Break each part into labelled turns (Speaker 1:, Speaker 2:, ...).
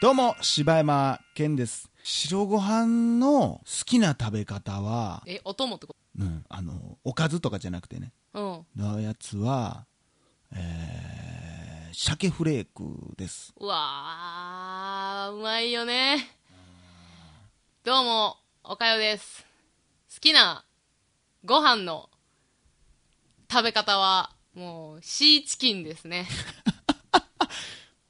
Speaker 1: どうも、柴山健です。白ご飯の好きな食べ方は、
Speaker 2: え、お供ってこ
Speaker 1: うん、あの、おかずとかじゃなくてね、
Speaker 2: と
Speaker 1: のやつは、えー、鮭フレークです。
Speaker 2: うん。うわー、うまいよね。どうも、おかよです。好きなご飯の食べ方は、もう、シーチキンですね。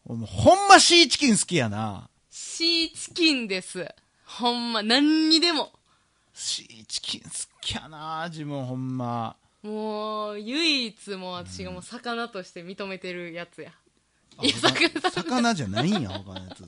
Speaker 1: お前ほんまシーチキン好きやな。
Speaker 2: シーチキンです。ほんま、何にでも。
Speaker 1: シーチキン好きやな、自分ほんま。
Speaker 2: もう、唯一もう私がもう魚として認めてるやつや。
Speaker 1: あ
Speaker 2: いや
Speaker 1: 他魚じゃないんや、他のやつ。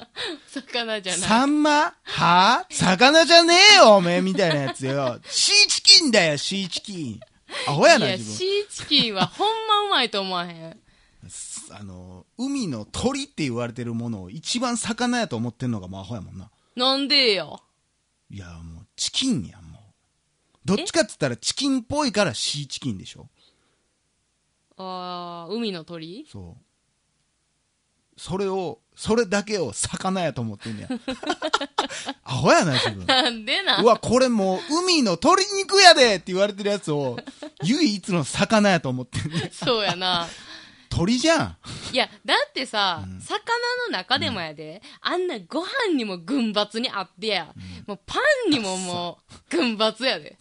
Speaker 2: 魚 じゃない。
Speaker 1: サンマはぁ魚じゃねえよ、おめえみたいなやつよ。シーチキンだよ、シーチキン。アホや
Speaker 2: い
Speaker 1: な、
Speaker 2: や、
Speaker 1: 自
Speaker 2: シ
Speaker 1: 分。
Speaker 2: ーチキンはほんまうまいと思わへん。
Speaker 1: すあの、海の鳥って言われてるものを一番魚やと思ってんのがもうアホやもんな。
Speaker 2: なんでよ。
Speaker 1: いや、もうチキンやん、もう。どっちかって言ったらチキンっぽいからシーチキンでしょ
Speaker 2: あー、海の鳥
Speaker 1: そう。それを、それだけを魚やと思ってんねや。アホやな、自分。
Speaker 2: なんでな
Speaker 1: うわ、これもう、海の鶏肉やでって言われてるやつを、唯一の魚やと思ってんね。
Speaker 2: そうやな。
Speaker 1: 鳥じゃん。
Speaker 2: いや、だってさ、魚の中でもやで、あんなご飯にも群抜にあってや、もうパンにももう群抜やで。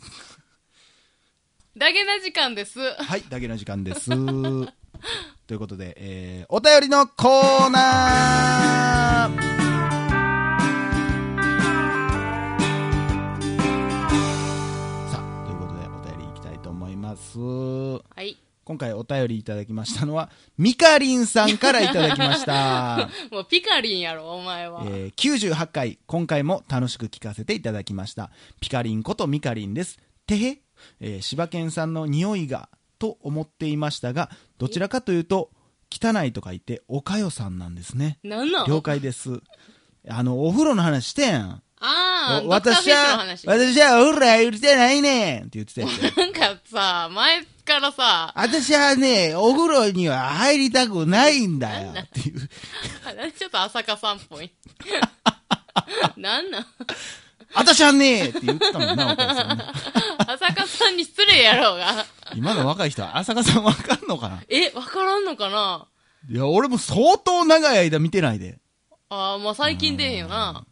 Speaker 2: だけな時間です。
Speaker 1: はい、だけの時間です。 ということで、えー、お便りのコーナーさあ、ということで、お便りいきたいと思います。
Speaker 2: はい。
Speaker 1: 今回お便りいただきましたのは、ミカリンさんからいただきました。
Speaker 2: もうピカリンやろ、お前は。
Speaker 1: えー98回、今回も楽しく聞かせていただきました。ピカリンことミカリンです。てへ、えー、柴犬さんの匂いが、と思っていましたが、どちらかというと、汚いと書いて、おかよさんなんですね。
Speaker 2: なんなん
Speaker 1: 了解です。あの、お風呂の話してん。
Speaker 2: あー、
Speaker 1: お
Speaker 2: ドクターフ
Speaker 1: 私
Speaker 2: ィッシュの
Speaker 1: は、
Speaker 2: 話。
Speaker 1: 私はお風呂入りてないねんって言ってたやつ。
Speaker 2: なんかさ、前からさ、
Speaker 1: 私はね、お風呂には入りたくないんだよっていう。
Speaker 2: なんでちょっと浅香さんっ ぽい。なんなん
Speaker 1: 私はねって言ってたもんな、おかよさんね。
Speaker 2: 浅香さんに失礼やろうが。
Speaker 1: 今の若い人は、浅香さんわかんのかな
Speaker 2: え、わからんのかない
Speaker 1: や、俺も相当長い間見てないで。
Speaker 2: あー、まあ最近出へんよな。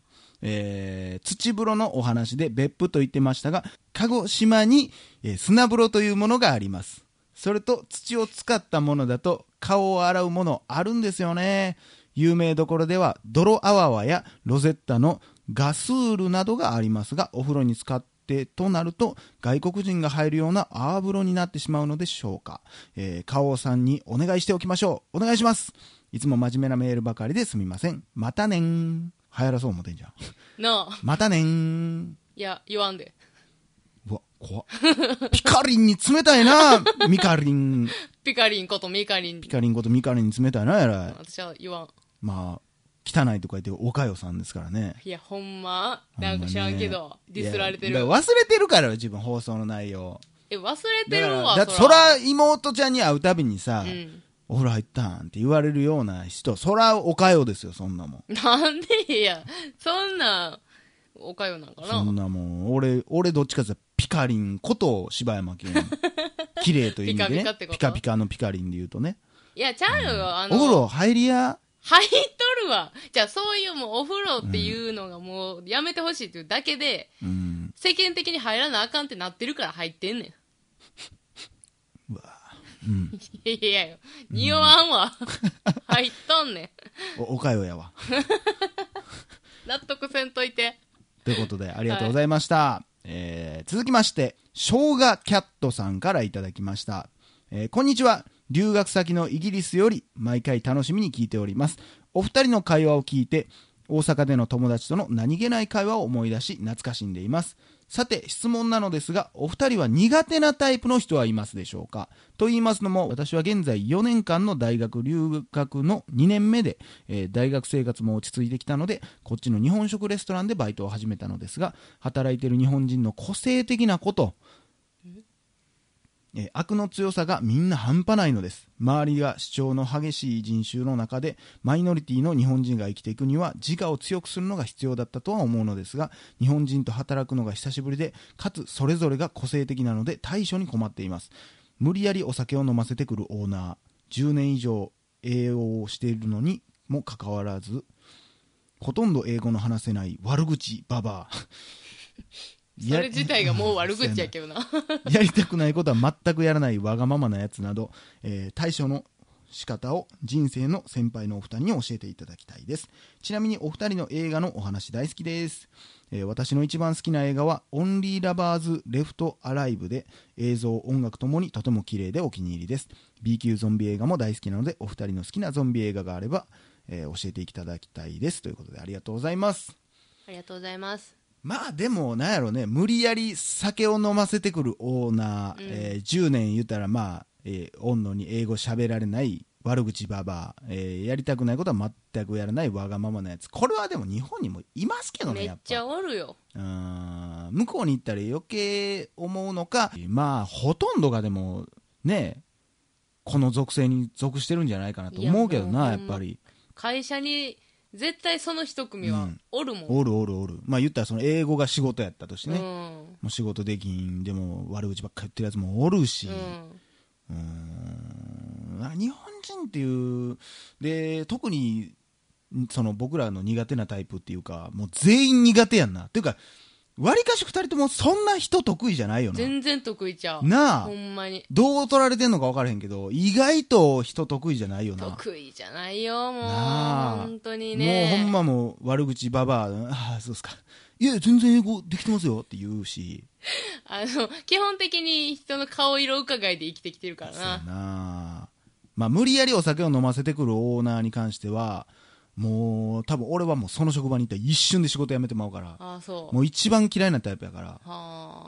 Speaker 1: えー、土風呂のお話で別府と言ってましたが、鹿児島に、えー砂風呂というものがあります。それと土を使ったものだと顔を洗うものあるんですよね。有名どころでは泥あわわやロゼッタのガスールなどがありますが、お風呂に使ってとなると外国人が入るような泡風呂になってしまうのでしょうか。えー、花王さんにお願いしておきましょう。お願いします。いつも真面目なメールばかりですみません。またねん。流行らそう思ってんじゃん。
Speaker 2: なあ。
Speaker 1: またねん。
Speaker 2: いや、言わんで。
Speaker 1: うわ、怖っピカリンに冷たい な、ミカリン。
Speaker 2: ピカリンことミカリン
Speaker 1: ピ。カリンことミカリンに冷たいな、やらい。
Speaker 2: 私は言わん。
Speaker 1: まあ、汚いとか言って、おかよさんですからね。
Speaker 2: いや、ほんまなんか知らんけど、ディスられて
Speaker 1: いやだ。
Speaker 2: る
Speaker 1: から忘れてるからよ、自分、放送の内容。
Speaker 2: え、忘れて
Speaker 1: だか
Speaker 2: る
Speaker 1: ら、
Speaker 2: わ。
Speaker 1: だって、そら、妹ちゃんに会うたびにさ、
Speaker 2: ん
Speaker 1: お風呂入ったんって言われるような人、そら、おかよですよ、そんなもん。
Speaker 2: なんでや。そんなん、おかよなんか
Speaker 1: そん
Speaker 2: な。
Speaker 1: なもん、俺、俺どっちかって言ったらピカリンこと柴山 健。綺麗という意味でね。
Speaker 2: ピカピカってこと
Speaker 1: ピカピカのピカリンで言うとね。
Speaker 2: いや、ちゃうよ。あ
Speaker 1: お風
Speaker 2: の、
Speaker 1: 呂入りや
Speaker 2: 入っとるわ。じゃあ、そういうもうお風呂っていうのがもうやめてほしいっていうだけで、
Speaker 1: うん。
Speaker 2: 世間的に入らなあかんってなってるから入ってんね ん。
Speaker 1: うわ
Speaker 2: いやいやよ。匂わんわ。入っとんね
Speaker 1: お、おかよやわ。
Speaker 2: ん。納得せんといて。
Speaker 1: ということで、ありがとうございました。えー、続きまして、生姜キャットさんからいただきました。えー、こんにちは。留学先のイギリスより、毎回楽しみに聞いております。お二人の会話を聞いて、大阪での友達との何気ない会話を思い出し、懐かしんでいます。さて、質問なのですが、お二人は苦手なタイプの人はいますでしょうかと言いますのも、私は現在4年間の大学留学の2年目で、えー大学生活も落ち着いてきたので、こっちの日本食レストランでバイトを始めたのですが、働いている日本人の個性的なこと、えー悪の強さがみんな半端ないのです周りが主張の激しい人種の中でマイノリティの日本人が生きていくには自我を強くするのが必要だったとは思うのですが日本人と働くのが久しぶりでかつそれぞれが個性的なので対処に困っています無理やりお酒を飲ませてくるオーナー10年以上栄養をしているのにもかかわらずほとんど英語の話せない悪口ババア
Speaker 2: それ自体がもう悪口やけ どな。
Speaker 1: やりたくないことは全くやらないわがままなやつなど、えー対処の仕方を人生の先輩のお二人に教えていただきたいですちなみにお二人の映画のお話大好きです、えー私の一番好きな映画は「オンリー・ラバーズ・レフト・アライブ」で映像音楽ともにとても綺麗でお気に入りです B 級ゾンビ映画も大好きなのでお二人の好きなゾンビ映画があれば、えー教えていただきたいですということでありがとうございます
Speaker 2: ありがとうございます。
Speaker 1: まあでも、なんやろね、無理やり酒を飲ませてくるオーナー、
Speaker 2: うん
Speaker 1: えー10年言ったら、まあ、えーおんのに英語喋られない、悪口ばばあ、えーやりたくないことは全くやらないわがままなやつ。これはでも日本にもいますけどね、
Speaker 2: めっ
Speaker 1: やっ
Speaker 2: ちゃ
Speaker 1: ぱ。
Speaker 2: おるよ。
Speaker 1: うーん向こうに行ったら余計思うのか、まあ、ほとんどがでも、ね、この属性に属してるんじゃないかなと思うけど
Speaker 2: い
Speaker 1: な、
Speaker 2: や
Speaker 1: や
Speaker 2: も
Speaker 1: っ
Speaker 2: う
Speaker 1: ぱり。
Speaker 2: 会社に、絶対その一組
Speaker 1: う
Speaker 2: は
Speaker 1: ん
Speaker 2: おるもん。
Speaker 1: おるおるおる。まあ言ったらその英語が仕事やったとしてね。
Speaker 2: うん。
Speaker 1: もう仕事できんでも悪口ばっか言ってるやつもおるし、
Speaker 2: うん。
Speaker 1: うーん、なんか日本人っていうで特にその僕らの苦手なタイプっていうかもう全員苦手やんなっていうかわりかし2人ともそんな人得意じゃないよな
Speaker 2: 全然得意ちゃう。
Speaker 1: なあ
Speaker 2: ほんまに。
Speaker 1: どう取られてんのか分からへんけど意外と人得意じゃないよな
Speaker 2: 得意じゃないよ、もう。
Speaker 1: なあ
Speaker 2: 本当にね。
Speaker 1: もうほんまもう悪口ばばあああそうっすかいや全然英語できてますよって言うし
Speaker 2: あの、基本的に人の顔色伺いで生きてきてるから
Speaker 1: そうや
Speaker 2: な。
Speaker 1: なまあ無理やりお酒を飲ませてくるオーナーに関してはもう多分俺はもうその職場に行ったら一瞬で仕事辞めてまうから
Speaker 2: ああ、そう。
Speaker 1: もう一番嫌いなタイプやから
Speaker 2: は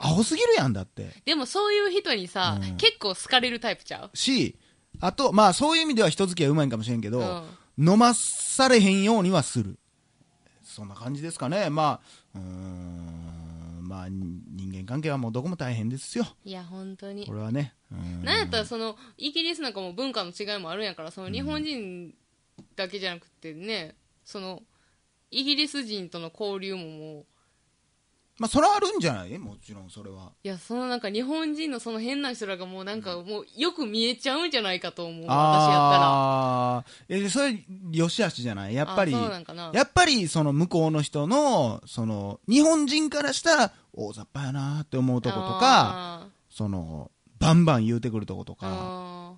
Speaker 1: ア
Speaker 2: あ。
Speaker 1: ホすぎるやんだって
Speaker 2: でもそういう人にさ、
Speaker 1: うん
Speaker 2: 結構好かれるタイプちゃう
Speaker 1: しあとまあそういう意味では人付き合いうまいんかもしれんけど、
Speaker 2: う
Speaker 1: 飲まされへんようにはするそんな感じですかねまあうーんまあ人間関係はもうどこも大変ですよ
Speaker 2: いや、本当に
Speaker 1: こ。れはねうん
Speaker 2: なんやったらそのイギリスなんかも文化の違いもあるんやからその日本人だけじゃなくてね、そのイギリス人との交流ももう
Speaker 1: まあそれはあるんじゃないもちろんそれはい
Speaker 2: やそのなんか日本人のその変な人らがもうなんかもうよく見えちゃうんじゃないかと思う私やったら
Speaker 1: ああーえそれ良し悪しじゃないやっぱり
Speaker 2: あそうなんかな
Speaker 1: やっぱりその向こうの人のその日本人からしたら大雑把やなって思うとことか
Speaker 2: あ
Speaker 1: そのバンバン言うてくるとこと
Speaker 2: ー
Speaker 1: か
Speaker 2: あ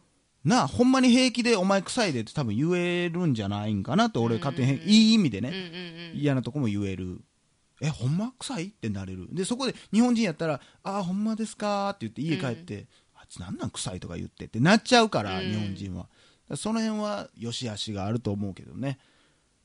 Speaker 1: なあほんまに平気で「お前臭いで」って多分言えるんじゃないんかなって俺勝手に、
Speaker 2: うんうんうん
Speaker 1: いい意味で
Speaker 2: ーうん
Speaker 1: ね、
Speaker 2: うん
Speaker 1: 嫌なとこも言えるえほんま臭いってなれるでそこで日本人やったら「ああほんまですか」って言って家帰って「あいつなんなん臭い」とか言ってってなっちゃうから、
Speaker 2: うん
Speaker 1: 日本人はだからその辺は良し悪しがあると思うけどね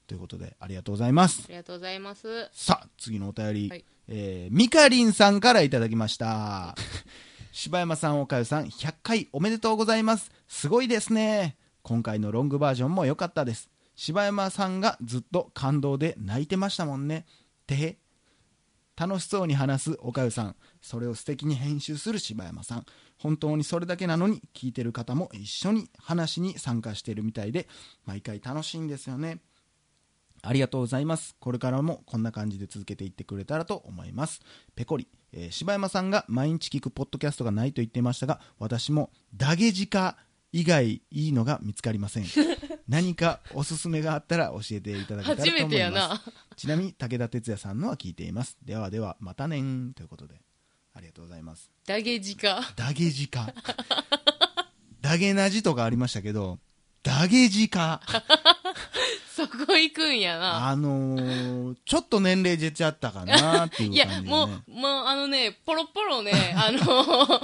Speaker 1: ということでありがとうございます
Speaker 2: ありがとうございます
Speaker 1: さあ、次のお便り。
Speaker 2: はい
Speaker 1: えー、みかりんさんからいただきました。 柴山さん、おかゆさん、100回おめでとうございます。すごいですね。今回のロングバージョンも良かったです。柴山さんがずっと感動で泣いてましたもんね。てへ。楽しそうに話すおかゆさん、それを素敵に編集する柴山さん。本当にそれだけなのに、聞いてる方も一緒に話に参加してるみたいで、毎回楽しいんですよね。ありがとうございます。これからもこんな感じで続けていってくれたらと思います。ペコリ、えー柴山さんが毎日聞くポッドキャストがないと言っていましたが、私もダゲジカ以外いいのが見つかりま せん。何かおすすめがあったら教えていただけたらと思います。
Speaker 2: 初めてやな
Speaker 1: ちなみに武田鉄矢さんのは聞いています。ではでは、またねんということで、ありがとうございます。
Speaker 2: ダゲジカ
Speaker 1: ダゲジカ。ダゲなじとかありましたけど、ダゲジカ。
Speaker 2: そこ行くんやな
Speaker 1: あのー、ちょっと年齢出ちゃったかなって
Speaker 2: い
Speaker 1: いう
Speaker 2: や
Speaker 1: 感じで、ね。
Speaker 2: もうもうあのねポロポ ロねあの結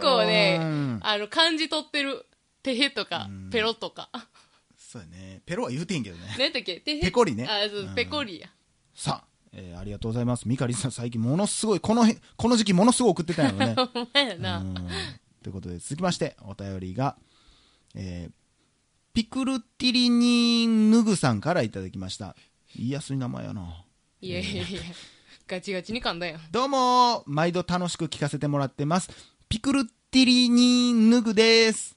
Speaker 2: 構ね
Speaker 1: うん
Speaker 2: あの、漢字取ってる。てへとか
Speaker 1: うん、
Speaker 2: ペロとか。
Speaker 1: そうやね。ペロは言うてんけどね。
Speaker 2: 何だっけてへ
Speaker 1: ペコリね
Speaker 2: あ、そうう、
Speaker 1: ん
Speaker 2: ペコリや。
Speaker 1: さあ、えーありがとうございます。ミカリンさん、最近ものすごい、このへ、この時期ものすごい送ってたよね。
Speaker 2: ほんまや
Speaker 1: う
Speaker 2: な。
Speaker 1: んということで、続きまして、お便りが、えーピクルティリニーヌグさんからいただきました。言いやすい名前やな。
Speaker 2: いやいやいや。 ガチガチに噛んだやん。
Speaker 1: どうも毎度楽しく聞かせてもらってます。ピクルテティリニーヌグです。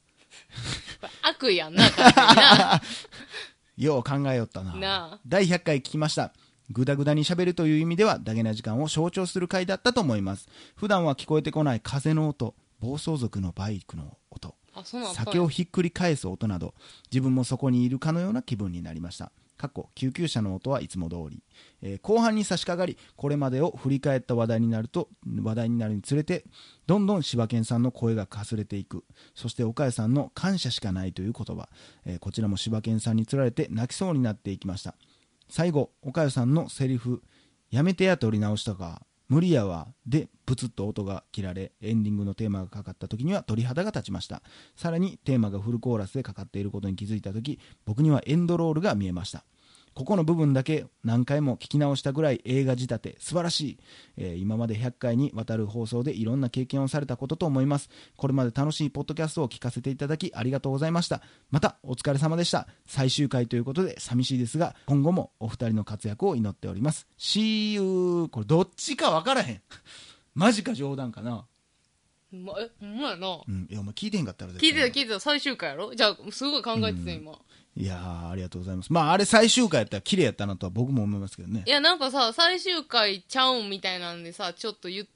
Speaker 2: これ悪意やんな、完全にな。
Speaker 1: よう考えよったな。
Speaker 2: なあ
Speaker 1: 第100回聞きました。ぐだぐだに喋るという意味では、ダゲな時間を象徴する回だったと思います。普段は聞こえてこない風の音、暴走族のバイクの音、
Speaker 2: あ、そうなんだ。
Speaker 1: 酒をひっくり返す音など、自分もそこにいるかのような気分になりました。過去、救急車の音はいつも通り。えー後半に差し掛かり、これまでを振り返った話題になると、話題になるにつれて、どんどん柴犬さんの声がかすれていく。そして岡谷さんの感謝しかないという言葉。えーこちらも柴犬さんにつられて泣きそうになっていきました。最後、岡谷さんのセリフ、やめてや取り直したか、無理やわ、で、ブツッと音が切られ、エンディングのテーマがかかった時には鳥肌が立ちました。さらに、テーマがフルコーラスでかかっていることに気づいた時、僕にはエンドロールが見えました。ここの部分だけ何回も聞き直したぐらい映画仕立て素晴らしい、えー今まで100回にわたる放送でいろんな経験をされたことと思いますこれまで楽しいポッドキャストを聞かせていただきありがとうございましたまたお疲れ様でした最終回ということで寂しいですが今後もお二人の活躍を祈っております See you これどっちか分からへん マジか冗談かな
Speaker 2: ま、え、ほんまやな。
Speaker 1: うんいやお前聞いてへんかったら絶
Speaker 2: 聞いて
Speaker 1: 対
Speaker 2: た聞いてた、最終回やろじゃあ、すごい考えてたよ、今。
Speaker 1: いやーありがとうございますまああれ最終回やったら綺麗やったなとは僕も思いますけどね
Speaker 2: いや、なんかさ、最終回ちゃうんみたいなんでさ、ちょっと言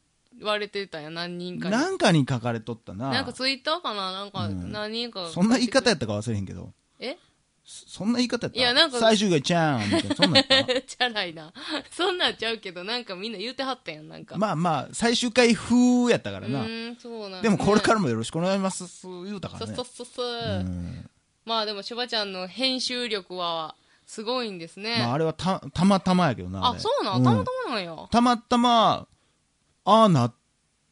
Speaker 2: われてたやん、何人かに。
Speaker 1: なんかに書かれとったな
Speaker 2: なんかツイッターかななんか、
Speaker 1: うん
Speaker 2: 何人か。
Speaker 1: そんな言い方やったか忘れへんけど、
Speaker 2: え
Speaker 1: そそんな言い方やった
Speaker 2: いやなんか
Speaker 1: 最終回ちゃーんみたいな、そんなんやっ
Speaker 2: チャラい な。そんなんちゃうけど、なんかみんな言うてはったやん、なん
Speaker 1: た
Speaker 2: か。
Speaker 1: まあまあ、最終回風やったか
Speaker 2: う
Speaker 1: らな。
Speaker 2: ーん、そうなん
Speaker 1: でもこれから
Speaker 2: ら
Speaker 1: もよろしくお願いします、そう言うたから
Speaker 2: そう
Speaker 1: ね
Speaker 2: そう。そうそう。
Speaker 1: うん
Speaker 2: まあでも、しばちゃんの編集力は、すごいんですね。
Speaker 1: まあ、
Speaker 2: あ
Speaker 1: あれはたたまたまやけどな。れ
Speaker 2: そうなん、
Speaker 1: ん
Speaker 2: たまたまなんや。
Speaker 1: たまたま、ああなっ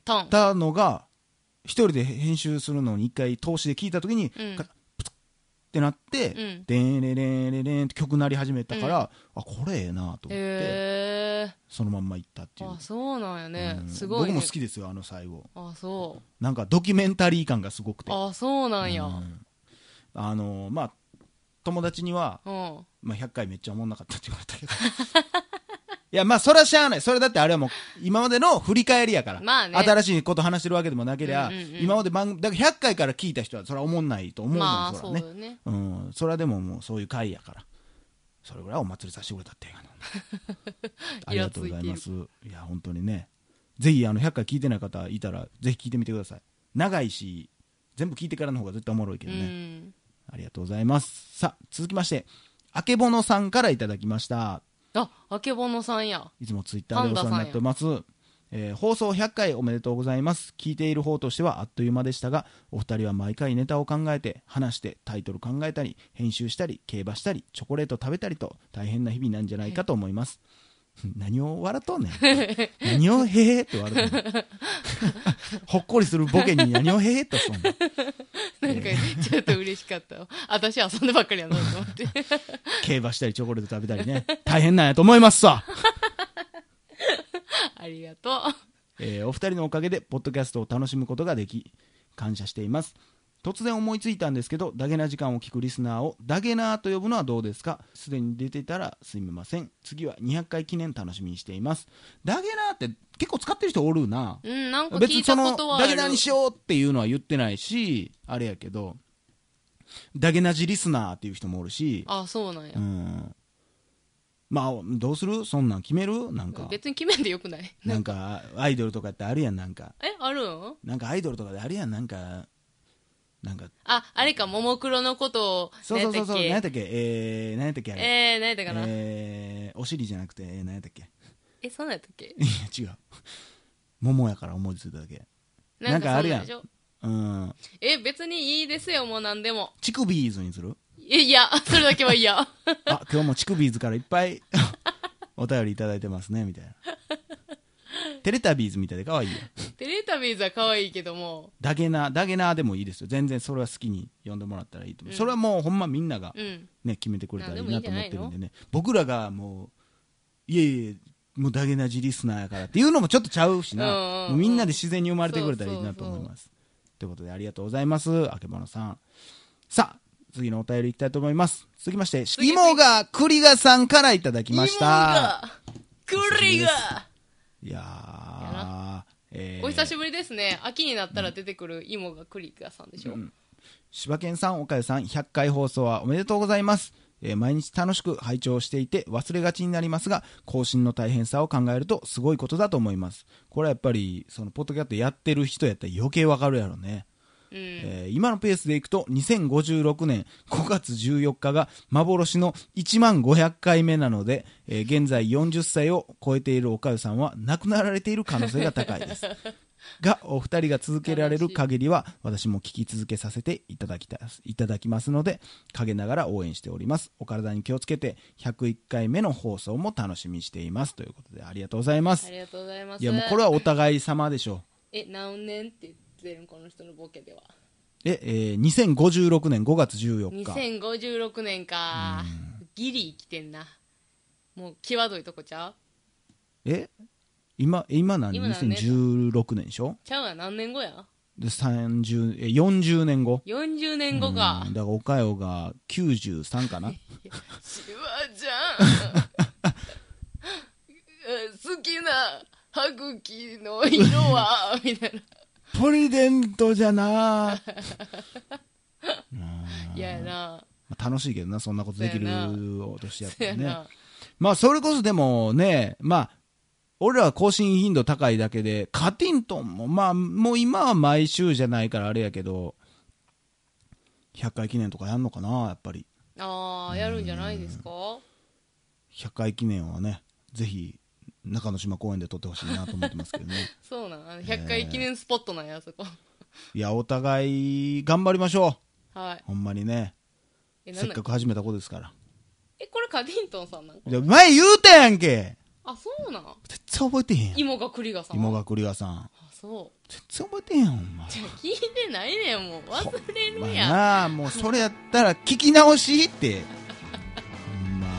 Speaker 1: た
Speaker 2: ん。
Speaker 1: たのが、一人で編集するのに一回投資で聞いたときに、
Speaker 2: うん
Speaker 1: かプツッってなって、
Speaker 2: うん
Speaker 1: でんれれんれれんって曲鳴り始めたから、あ、これええなと思って、
Speaker 2: へえ
Speaker 1: そのまんま行ったっていう
Speaker 2: あ、。そうなんやね
Speaker 1: う。ん
Speaker 2: すごい、ね。
Speaker 1: 僕も好きですよあの最後
Speaker 2: あ、そう。
Speaker 1: なんかドキュメンタリー感がすごくて
Speaker 2: あ、そうなんや。
Speaker 1: う
Speaker 2: うん。
Speaker 1: んあのーまあ友達には、まあ、100回めっちゃおもんなかったって言われた けどいやまあそれはしゃあないそれだってあれはもう今までの振り返りやから、
Speaker 2: まあね
Speaker 1: 新しいこと話してるわけでもなけりゃ、
Speaker 2: うんうんうん
Speaker 1: 今まで番だから100回から聞いた人はそれはおもんないと思うもん、
Speaker 2: まあ、
Speaker 1: そ
Speaker 2: そ
Speaker 1: ら
Speaker 2: う
Speaker 1: ね
Speaker 2: よね。
Speaker 1: うんそれはでももうそういう回やからそれぐらいお祭りさせてくれたってええがな ありがとうございますいや本当にねぜひあの100回聞いてない方いたらぜひ聞いてみてください長いし全部聞いてからの方が絶対おもろいけ
Speaker 2: う
Speaker 1: どね、
Speaker 2: ん。
Speaker 1: ありがとうございますさあ続きましてあけぼのさんからいただきました
Speaker 2: あ、あけぼのさんや。
Speaker 1: いつもツイッターでお世話になっております。えー放送100回おめでとうございます。聞いている方としてはあっという間でしたが、お二人は毎回ネタを考えて、話して、タイトル考えたり、編集したり、競馬したり、チョコレート食べたりと、大変な日々なんじゃないかと思います。 何を笑っとんねん。何をへへって笑っとんねん。ほっこりするボケに何をへへってしとんねん。
Speaker 2: なんか、ちょっと嬉しかったわ。私遊んでばっかりやなと思 って。
Speaker 1: 競馬したり、チョコレート食べたりね。大変なんやと思いますさ。
Speaker 2: ありがとう。
Speaker 1: えーお二人のおかげでポッドキャストを楽しむことができ感謝しています突然思いついたんですけどダゲな時間を聞くリスナーをダゲナーと呼ぶのはどうですかすでに出ていたらすみません次は200回記念楽しみにしていますダゲナーって結構使ってる人おるな
Speaker 2: うん、なんか
Speaker 1: 別
Speaker 2: 聞
Speaker 1: に
Speaker 2: い
Speaker 1: そ
Speaker 2: た
Speaker 1: の
Speaker 2: ことはあ
Speaker 1: ダ
Speaker 2: る。
Speaker 1: ゲナーにしようっていうのは言ってないしあれやけどダゲナジリスナーっていう人もおるし
Speaker 2: あ、そうなんや
Speaker 1: う。んまあどうするそんなん決めるなんか
Speaker 2: 別に決めんでよくない
Speaker 1: なんかアイドルとかってあるやんなんか
Speaker 2: え、あるん
Speaker 1: なんかアイドルとかであるやん、なんか、なんか、
Speaker 2: あ、あれか、ももクロのことを、
Speaker 1: そうそうそうそう、
Speaker 2: 何
Speaker 1: 何
Speaker 2: や
Speaker 1: や
Speaker 2: っ
Speaker 1: ったた
Speaker 2: っ
Speaker 1: っけ、えー、何やったっけ、あ
Speaker 2: け
Speaker 1: れ、
Speaker 2: えー、何やったかな
Speaker 1: えー、お尻じゃなくて、えー、何やったっけ、
Speaker 2: え、そうなんやったっけ
Speaker 1: いや、違う、桃やから思いついただけ、なんかあるやん
Speaker 2: そうなでしょ
Speaker 1: うん、
Speaker 2: え、別にいいですよ、もう何でも。
Speaker 1: チクビーズにする
Speaker 2: えいや、それだけは 嫌。
Speaker 1: あ、今日もチクビーズからいっぱい お便りいただいてますね、みたいな。テレタビーズみたいで可愛いよ。
Speaker 2: テレタビーズは可愛いけども、
Speaker 1: ダゲナ、ダゲナでもいいですよ。全然それは好きに呼んでもらったらいいと思う。それはもうほんまみんなが
Speaker 2: うん。
Speaker 1: ね、決めてくれたらいいなと思ってるん
Speaker 2: なんでもいいん
Speaker 1: で
Speaker 2: じ
Speaker 1: ね僕らがもういえいえもうダゲなジリスナーやからっていうのもちょっとちゃうし
Speaker 2: うんうん
Speaker 1: な、
Speaker 2: うん
Speaker 1: もうみんなで自然に生まれてくれたらいいなと思いますということでありがとうございますあけぼのさんさあ次のお便りいきたいと思います続きまして
Speaker 2: 次
Speaker 1: 芋が栗がさんからいただきました
Speaker 2: 芋が、栗が、
Speaker 1: いやーえー
Speaker 2: お久しぶりですね秋になったら出てくる芋が栗がさんでしょ、
Speaker 1: うん柴犬さん、岡谷さん、100回放送はおめでとうございます。えー毎日楽しく拝聴していて忘れがちになりますが、更新の大変さを考えるとすごいことだと思います。これはやっぱり、その、ポッドキャストやってる人やったら余計わかるやろね。
Speaker 2: うん
Speaker 1: えー今のペースでいくと、2056年5月14日が幻の1万500回目なので、えー現在40歳を超えている岡かさんは亡くなられている可能性が高い です。が、お二人が続けられる限りは、私も聞き続けさせていただきたいただきますので、陰ながら応援しております。お体に気をつけて、101回目の放送も楽しみにしています。ということで、ありがとうございま
Speaker 2: あ
Speaker 1: す。
Speaker 2: りがとうございます
Speaker 1: いや、もうこれはお互い様でしょう。
Speaker 2: え何年って言ってるんこの人のボケでは
Speaker 1: え、えー2056年5月14日。
Speaker 2: 2056年かギリ生きてんなもう際どいとこちゃう
Speaker 1: え今今何
Speaker 2: 今何年
Speaker 1: 2016年でしょ
Speaker 2: ちゃうや何年後や
Speaker 1: で30え40年後
Speaker 2: 40年後か
Speaker 1: うんだから岡代が93かな
Speaker 2: しわちゃん 好きな歯茎の色はみたいな
Speaker 1: プレゼントじゃ な
Speaker 2: 嫌やな
Speaker 1: まあ楽しいけどなそんなことできる
Speaker 2: そうやな
Speaker 1: お年やっ
Speaker 2: そ
Speaker 1: た
Speaker 2: や
Speaker 1: らね
Speaker 2: な
Speaker 1: まあそれこそでもねまあ俺らは更新頻度高いだけでカティントンもまあもう今は毎週じゃないからあれやけど100回記念とかやんのかなやっぱり
Speaker 2: ああやるんじゃないですか
Speaker 1: 100回記念はね、ぜひ中之島公園で撮ってほしいなと思ってます けどね。
Speaker 2: そうなんあの100回記念スポットなんやあそこ
Speaker 1: いや、お互い頑張りましょ
Speaker 2: は
Speaker 1: う。ほんまにね。
Speaker 2: いえな
Speaker 1: せっ
Speaker 2: んだ
Speaker 1: かく始めたことですから。
Speaker 2: えこれカディントンさんなの
Speaker 1: いや前言うたやんけ
Speaker 2: あそうなん
Speaker 1: 絶対覚えてへんやん。
Speaker 2: 芋が栗がさん
Speaker 1: 芋が栗がさん。
Speaker 2: あそう
Speaker 1: 絶対覚えてへんやん、ほんま。
Speaker 2: じゃあ聞いてないねんもう忘れ
Speaker 1: ま
Speaker 2: るや
Speaker 1: あ
Speaker 2: ん、
Speaker 1: なあ、もうそれやったら聞き直しって。まあ、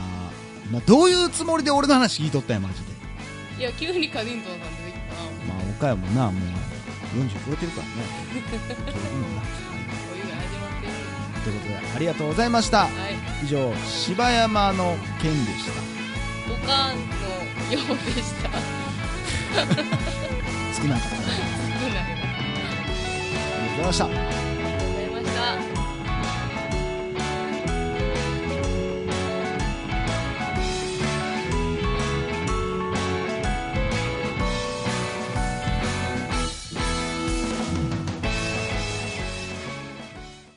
Speaker 1: まあ、どういうつもりで俺の話聞いとったんや、マジで。
Speaker 2: いや急にカディントンさん出てきたな
Speaker 1: まあ、岡山もな、もう40超えてるから ね。
Speaker 2: お湯が始まってる
Speaker 1: ということで、ありがとうございました。
Speaker 2: はい
Speaker 1: 以上柴山の件でした
Speaker 2: おかんのようでした
Speaker 1: 少 なかったなありがとうございました